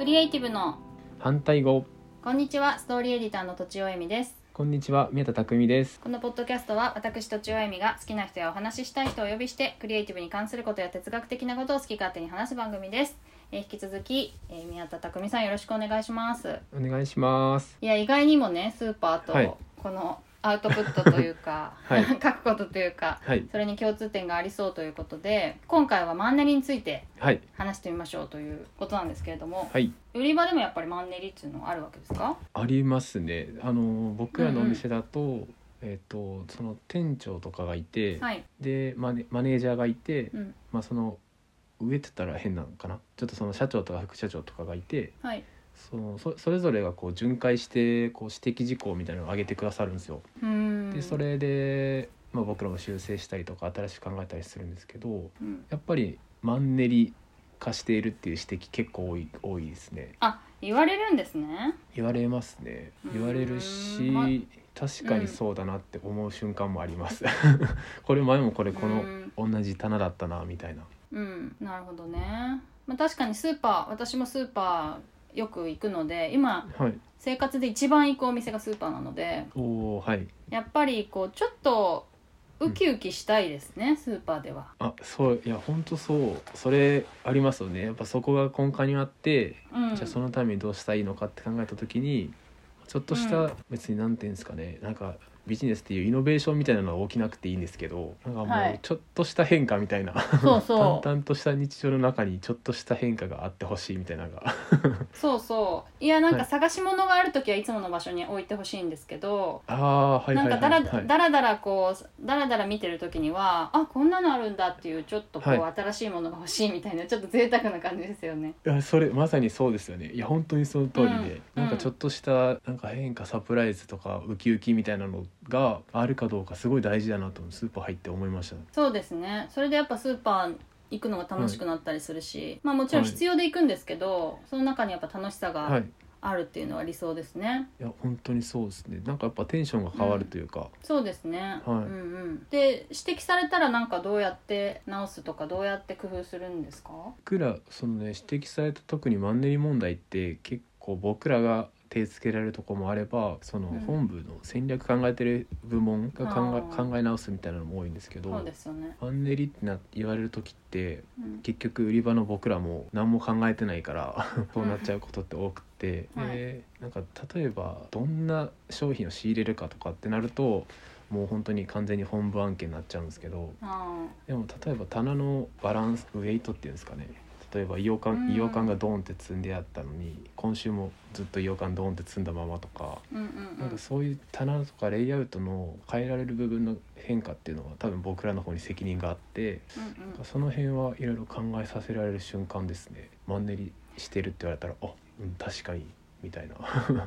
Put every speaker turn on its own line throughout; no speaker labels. イティブの
反対語
こんにちはストーリーエディターのとちおえみです
こんにちは宮田匠です
このポッドキャストは私とちおえみが好きな人やお話ししたい人をお呼びしてクリエイティブに関することや哲学的なことを好き勝手に話す番組です、えー引き続き、えー宮田匠さんよろしくお願いします
お願いします
いや意外にもねスーパー
はい
とこのアウトプットというか、
はい
書くことというか
はい
それに共通点がありそうということで今回はマンネリについて
はい
話してみましょうということなんですけれども、
はい
売り場でもやっぱりマンネリっていうのはあるわけですか
ありますねあの僕ら
う
のお
んうん
店だと、えっ、とその店長とかがいて、
はい、
でマネマネージャーがいて、
うん
まあその上って言ったら変なのかなちょっとその社長とか副社長とかがいて
はい、
そのそそれぞれがこう巡回してこう指摘事項みたいなのを上げてくださるんですよ。
うーん
でそ、れで、まあ、僕らも修正したりとか新しく考えたりするんですけど
うん、
やっぱりマンネリ化しているっていう指摘結構多い多いですね
あ言われるんですね
言われますね
うん
言われるし、
ま
確かにそうだなって思う瞬間もあ ります、これ前もこれこの
うん、
同じ棚だったなみたいな
うんなるほどね、まあ、確かにスーパー私もスーパーよく行くので今
はい
生活で一番行くお店がスーパーなので
おおはい
やっぱりこうちょっとウキウキしたいですね、スーパーでは
あそういや本当そうそれありますよねやっぱそこが根幹にあって
うん
じゃあそのためにどうしたらいいのかって考えた時にちょっとし
う
た別に何て言うんですかねなんかビジネスっていうイノベーションみたいなのは起きなくていいんですけどなんかも
はいう
ちょっとした変化みたいな、
そうそう
淡々とした日常の中にちょっとした変化があってほしいみたいなのが
そうそういやなん
は
か
い
探し物がある時はいつもの場所に置いてほしいんですけど、
ああーはいはい
な
は
ん
い
かだら
はい
だらだらこうだらだら見てる時にはあこんなのあるんだっていうちょっとこう、
は
新しいものが欲しいみたいなちょっと贅沢な感じですよね。
いやそれまさにそうですよねいや本当にその通りで、
うん
なんかちょっとしたなんか変化サプライズとかウキウキみたいなのがあるかどうかすごい大事だなとスーパー入って思いました
そうですねそれでやっぱスーパー行くのが楽しくなったりするし、まあもちろん
はい
必要で行くんですけど、その中にやっぱ楽しさ
は
が
い
あるっていうのは理想ですね。
いや本当にそうですねなんかやっぱテンションが変わるというか、
そうですね、
はい
うんうん、で指摘されたらなんかどうやって直すとかどうやって工夫するんですか
僕らそのね指摘された特にマンネリ問題って結構僕らが手つけられるとこもあればその
うん
本部の戦略考えてる部門が考え
あー
考え直すみたいなのも多いんですけど
そうですよね、
マンネリってな言われる時って
うん
結局売り場の僕らも何も考えてないから そうなっちゃうことって多くて、
はい
でなんか例えばどんな商品を仕入れるかとかってなるともう本当に完全に本部案件になっちゃうんですけど。
あ
でも例えば棚のバランスウェイトっていうんですかね例えば洋
うん
館洋館がドーンって積んであったのに今週もずっと洋館ドーンって積んだままとか
ーうんうんう
なん
ん
かそういう棚とかレイアウトの変えられる部分の変化っていうのは多分僕らの方に責任があって
うんうん
その辺はいろいろ考えさせられる瞬間ですねマンネリしてるって言われたらあうん確かにみたいな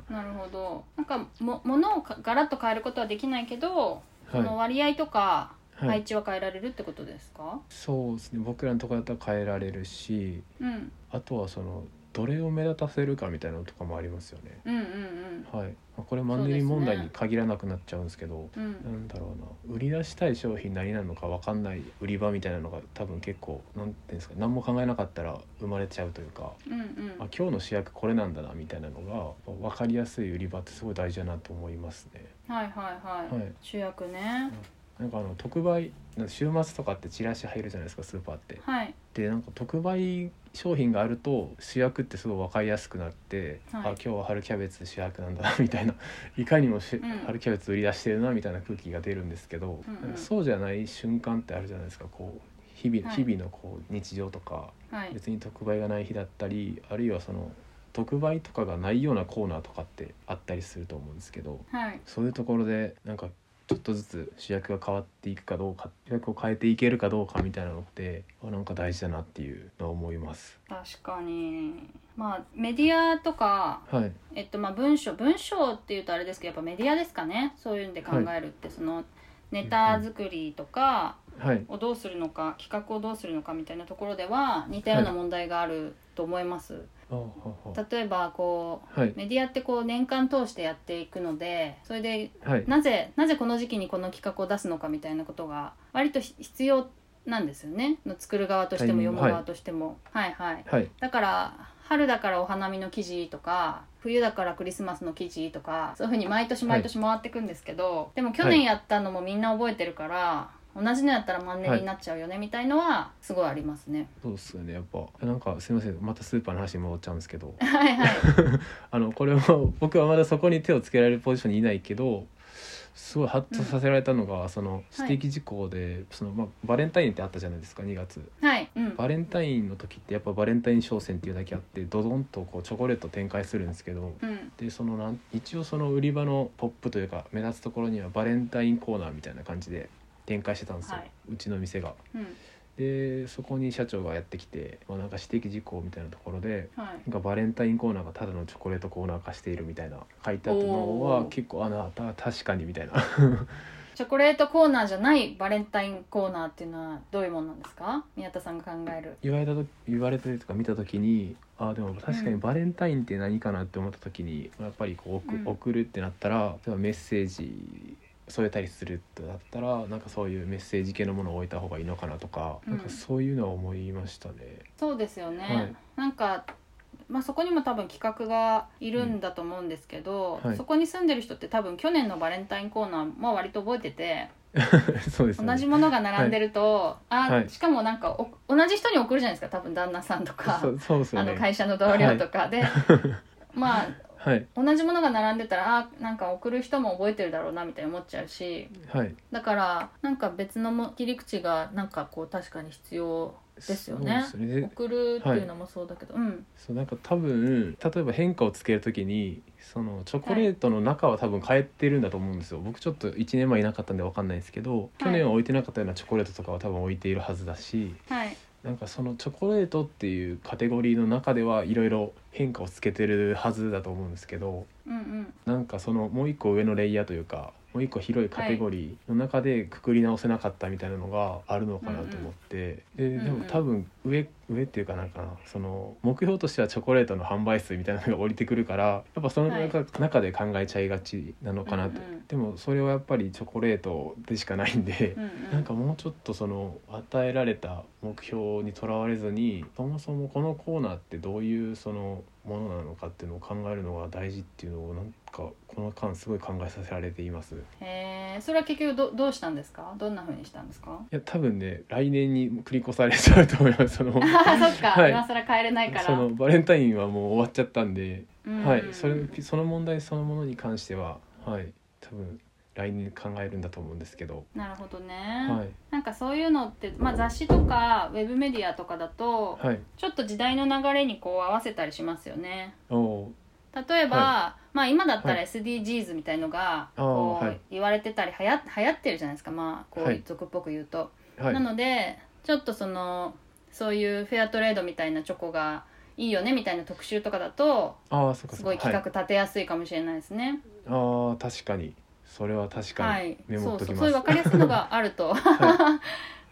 なるほどなんかも物をかガラッと変えることはできないけど、その
は
割合とか
い、は
配
い、
置は変えられるってことですか、
そうですね僕らのとこだったら変えられるし
うん、
あとはそのどれを目立たせるかみたいなのとかもありますよね
うんうん
はい、まあこれマンネリ
そうですね
問題に限らなくなっちゃうんですけど
うんうん
なんだろうな売り出したい商品何なのか分かんない売り場みたいなのが多分結構なんていうんですか何も考えなかったら生まれちゃうというか、
うんうん
あ今日の主役これなんだなみたいなのが分かりやすい売り場ってすごい大事だなと思いますね。
はいはいはい、
はい
主役ね
なんかあの特売なんか週末とかってチラシ入るじゃないですかスーパーって。
はい
でなんか特売商品があると主役ってすごい分かりやすくなって、
はい
あ今日は春キャベツ主役なんだな みたいないかにもし、
ん
春キャベツ売り出してるなみたいな空気が出るんですけど、
うんうん
なんかそうじゃない瞬間ってあるじゃないですかこう日々,、
はい
日々のこう日常とか
はい
別に特売がない日だったりあるいはその特売とかがないようなコーナーとかってあったりすると思うんですけど
はい
そういうところでなんかちょっとずつ主役が変わっていくかどうか主役を変えていけるかどうかみたいなのってあなんか大事だなっていうのは思います。
確かにまあメディアとか
はい、
えっとまあ文章文章っていうとあれですけどやっぱメディアですかねそういうんで考えるって、そのネタ作りとか
はい、
をどうするのか企画をどうするのかみたいなところでは似たような問題があると思います、
あは
例えばこ
ははいう
メディアってこう年間通してやっていくのでそれで
はい
なぜなぜこの時期にこの企画を出すのかみたいなことが割とひ必要なんですよねの作る側としても
タイミン
読
グ
む側としても、はい、はい
はい
だから春だからお花見の記事とか冬だからクリスマスの記事とかそういうふうに毎年毎年回ってくんですけど、でも去年やったのもみんな覚えてるから、同じのやったらマンネリになっちゃうよねみたいのはすごいありますね。
そうっすよねやっぱなんかすいませんまたスーパーの話に戻っちゃうんですけど
はいはい。
あのこれは僕はまだそこに手をつけられるポジションにいないけどすごいハッとさせられたのが、その指摘事項で、そのまあ、バレンタインってあったじゃないですか2月
はい。うん。
バレンタインの時ってやっぱバレンタイン商戦っていうだけあってドドンとこうチョコレート展開するんですけど
うん。
でそのなん一応その売り場のポップというか目立つところにはバレンタインコーナーみたいな感じで展開してたんですよ、
はいう
ちの店が。
うん。
でそこに社長がやってきて、まあ、なんか指摘事項みたいなところで
はい。
なんかバレンタインコーナーがただのチョコレートコーナー化しているみたいな書いてあったのは
おー
結構あなた確かにみたいな
チョコレートコーナーじゃないバレンタインコーナーっていうのはどういうものなんですか宮田さんが考える。
言われたと言われたりとか見た時にあーでも確かにバレンタインって何かなって思った時に、やっぱりこう送,、
うん
送るってなったら例えばメッセージ添えたりするってなったらなんかそういうメッセージ系のものを置いた方がいいのかなとか、
うん
なんかそういうのは思いましたね。
そうですよね、
はい
なんか、まあ、そこにも多分企画がいるんだと思うんですけど、
うんはい
そこに住んでる人って多分去年のバレンタインコーナーも割と覚えてて、
そうですよね
同じものが並んでると、あ、
はい
しかもなんかお同じ人に送るじゃないですか多分旦那さんとか、
そうそうですよ
あ
ね。
の会社の同僚とかで、まあ
はい
同じものが並んでたらあなんか送る人も覚えてるだろうなみたいに思っちゃうし
はい。
だからなんか別のも切り口がなんかこう確かに必要ですよね
そうですよね
送るっていうのもそうだけど、うん
そうなんか多分例えば変化をつけるときにそのチョコレートの中は多分変えてるんだと思うんですよ、僕ちょっと1年前いなかったんで分かんないですけど、去年は置いてなかったようなチョコレートとかは多分置いているはずだし
はい
なんかそのチョコレートっていうカテゴリーの中ではいろいろ変化をつけてるはずだと思うんですけど
うんうん
なんかそのもう一個上のレイヤーというかもう一個広いカテゴリーの中でくくり直せなかったみたいなのがあるのかなと思って、
うん
ででも多分上上っていうかなんかなその目標としてはチョコレートの販売数みたいなのが降りてくるからやっぱその中,、中で考えちゃいがちなのかなと、
うんうん
でもそれはやっぱりチョコレートでしかないんで
う。ん
なんかもうちょっとその与えられた目標にとらわれずにそもそもこのコーナーってどういうそのものなのかっていうのを考えるのが大事っていうのをなんかこの間すごい考えさせられていますい
へえそれは結局どどうしたんですかどんな風にしたんですか
や多分ね来年に繰り越されちゃうと思います その
あーそっか、
はい
今更帰れないから
そのバレンタインはもう終わっちゃったんで、
うん
はいそれその問題そのものに関してははい多分来年考えるんだと思うんですけど、
なるほどね、
はい
なんかそういうのって、まあ、雑誌とかウェブメディアとかだと、
はい
ちょっと時代の流れにこう合わせたりしますよね
おお
例えば、まあ今だった
は
ら
い
SDGs みたいのが
あー
こ
は
う
い
言われてたりはや流行ってるじゃないですかまあこ
は
う
い
俗っぽく言うと。
はい
なのでちょっとそのそういうフェアトレードみたいなチョコがいいよねみたいな特集とかだと
ああそっかそっか
すごい企画立てやすいかもしれないですね。
ああ確かにそれは確かに、
はい、
メモ
そ
っ
う
と
そ
き
う
ます
そういう分かりやすいのがある と、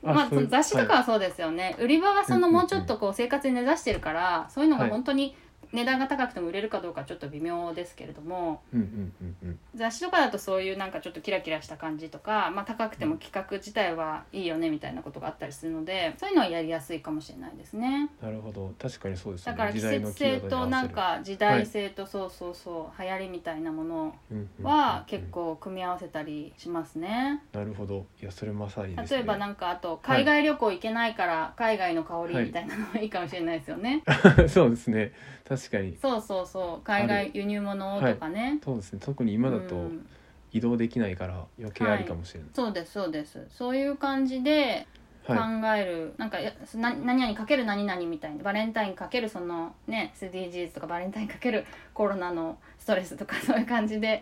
まあ、そ
そう
の
いう
雑誌とか
はい
はそうですよね、売り場はその
うんうんうん
もうちょっとこう生活に根ざしてるから、そういうのが
はい
本当に値段が高くても売れるかどうかちょっと微妙ですけれども、
うんうんうんうん
雑誌とかだとそういうなんかちょっとキラキラした感じとか、まあ、高くても企画自体はいいよねみたいなことがあったりするのでそういうのはやりやすいかもしれないですね。
なるほど確かにそうです
だから季節性となん、か時
わせる
代性とそうそうそう流行りみたいなもの
うんうんうん
は結構組み合わせたりしますね。
なるほどいやそれまさにです、ね、
例えばなんかあと海外旅行行けないから海外の香りみたいなのもいいかもしれないですよね。
そうですね確かに
そうそうそう海
あ
外
る
輸入物とかね。
そうですね特に今だ
う
と
ん
移動できないから余計ありかもしれ
そうですそうですそういう感じで考
ない、はい
える、なんかやな何々かける何々みたいなバレンタインかけるそのね SDGs とかバレンタインかけるコロナのストレスとか そういう感じで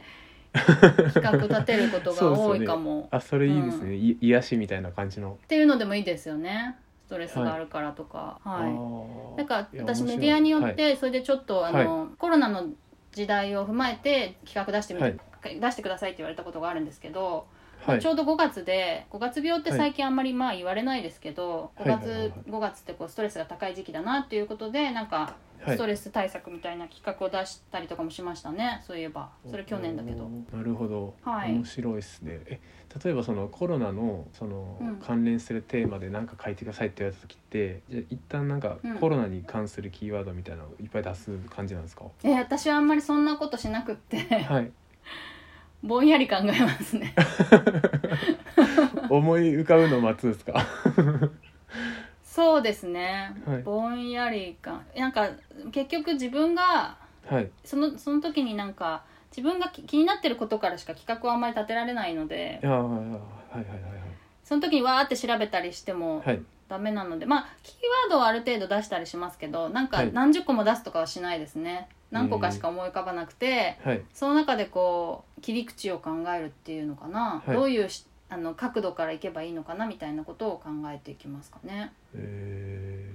企画立てる ことが多いかも、
あそれいいですね、
うん
い癒しみたいな感じの、
っていうのでもいいですよねストレスがあるからとかはい、
い
なんか
いや
私
面白
メ
い
ディアによっ
は
てそれでちょっとあの、コロナの時代を踏まえて企画出してみて、
はい
出してくださいって言われたことがあるんですけど、
はい
ちょうど5月で5月病って
はい
最近あんまりまあ言われないですけど、
はいはいはい
5
は
月5月ってこうストレスが高い時期だなっていうことでなんか
は
ス
い
トレス対策みたいな企画を出したりとかもしましたねそういえばそれ去年だけど
おーなるほど、
はい
面白いですね。え例えばそのコロナのその
うん
関連するテーマで何か書いてくださいって言われた時って、じゃあ一旦なんか
うん
コロナに関するキーワードみたいなのをいっぱい出す感じなんですか、
え私はあんまりそんなことしなくって
はい。
ぼんやり考えます ね
思い浮かぶのを待つんですか
そうですね、
はい
ぼんやりかなんか結局自分が
はい。
そのその時になんか自分がき気になってることからしか企画をあんまり立てられないので
いやーはいはいはい
その時にわーって調べたりしても
はい。はい。
ダメなのでまあキーワードはある程度出したりしますけどなんか
はい
何十個も出すとかはしないですね、何個かしか思い浮かばなくて
はい。
その中でこう切り口を考えるっていうのかな、
はい
どういうしあの角度からいけばいいのかなみたいなことを考えていきますかね。
え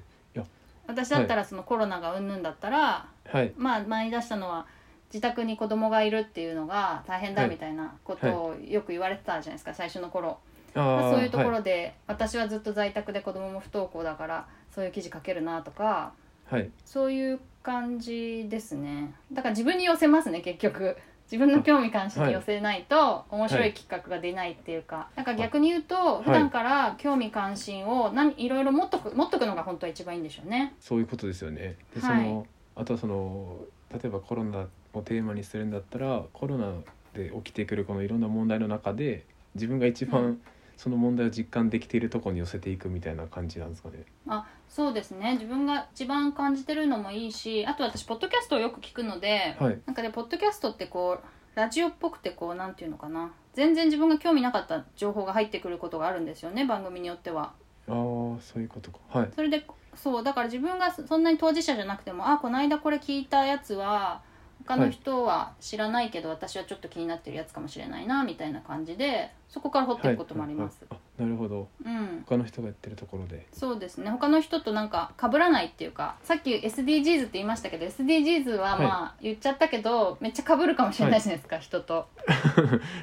私だったらそのコロナが云々だったら、
ー、はい。
まあ前に出したのは自宅に子供がいるっていうのが大変だ
はい
みたいなことをよく言われてたじゃないですか最初の頃、
あ
ま
ー
あ、そういうとこ
は
ろで、私はずっと在宅で子供も不登校だからそういう記事書けるなとか
い。はい。
そういう感じですねだから自分に寄せますね結局自分の興味関心に寄せないと面白い企画が出ないっていうか、なんか逆に言うと
い
普段から興味関心を何いろいろ持っとく持っとくのが本当は一番いいんでしょうね
そういうことですよね。でそ
はい
の、あとはその例えばコロナをテーマにするんだったらコロナで起きてくるこのいろんな問題の中で自分が一
う
番その問題を実感できているところに寄せていくみたいな感じなんですかね。
あそうですね自分が一番感じてるのもいいしあと私ポッドキャストをよく聞くので、
はい
なんかねポッドキャストってこうラジオっぽくてこうなんていうのかな全然自分が興味なかった情報が入ってくることがあるんですよね番組によっては。
ああそういうことか。はい
それでそうだから自分がそそんなに当事者じゃなくてもあこの間これ聞いたやつは他の人は知らないけど、私はちょっと気になってるやつかもしれないなみたいな感じでそこから掘っていくこともあります。
はいはいあなるほど。
うん
他の人がやってるところで。
そうですね他の人となんか被らないっていうかさっき SDGs って言いましたけど SDGs はまあ言っちゃったけど、めっちゃ被るかもしれないじゃないですか、人と、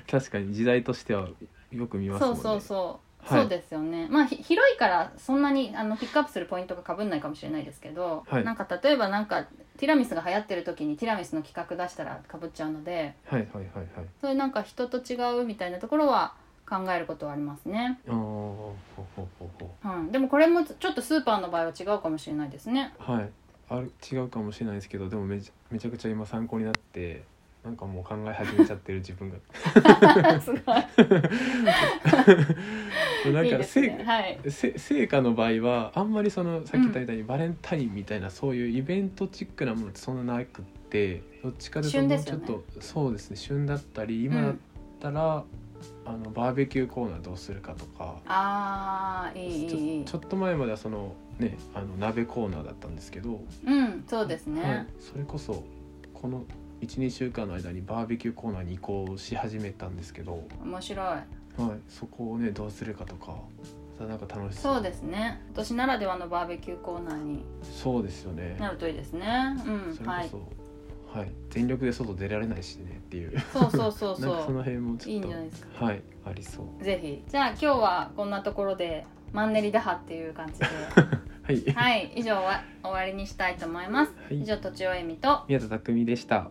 確かに時代としてはよく見ますも
そう
んね。
そうそう、
はい
そうですよねまあひ広いからそんなにあのピックアップするポイントが被んないかもしれないですけど、
はい
なんか例えばなんかティラミスが流行ってる時にティラミスの企画出したら被っちゃうので
はいはいはいはい。
そういうなんか人と違うみたいなところは考えることはありますね、
ああほうほうほうほう。
うん、でもこれもちょっとスーパーの場合は違うかもしれないですね
はい、あれ違うかもしれないですけどでもめちゃめちゃくちゃ今参考になってなんかもう考え始めちゃってる自分が
すごい
な ん
いい
か
です
せ
ねはい
せ成果の場合はあんまりそのさっき言ったみたいにバレンタインみたいな、そういうイベントチックなものってそんななくってどっちかというと
旬
も
で
う
す
ち
よ
ょっ
ね
と、そうですね旬だったり今だったら、あのバーベキューコーナーどうするかとか。
ああいい
ちょ
いいいい
ちょっと前まではそのねあの鍋コーナーだったんですけ
う
ど、
んそうですね、
はい、それこそこの12週間の間にバーベキューコーナーに移行し始めたんですけど、
面白い
はい、そこをねどうするかとかさなんか楽し
そうですね今年ならではのバーベキューコーナーに
そうですよね
なるといいですねうん
それこ
はい
そ、はい全力で外出られないしねっていう
そうそうそう
なんかそ
そ
の辺もちょっと
いいんじゃないです
はいありそう
うぜひじゃあ今日はこんなところでマンネリ打破っていう感 じ
はい、
ではい以上は終わりにしたいと思います
い
以上とちおえみと
宮田匠でした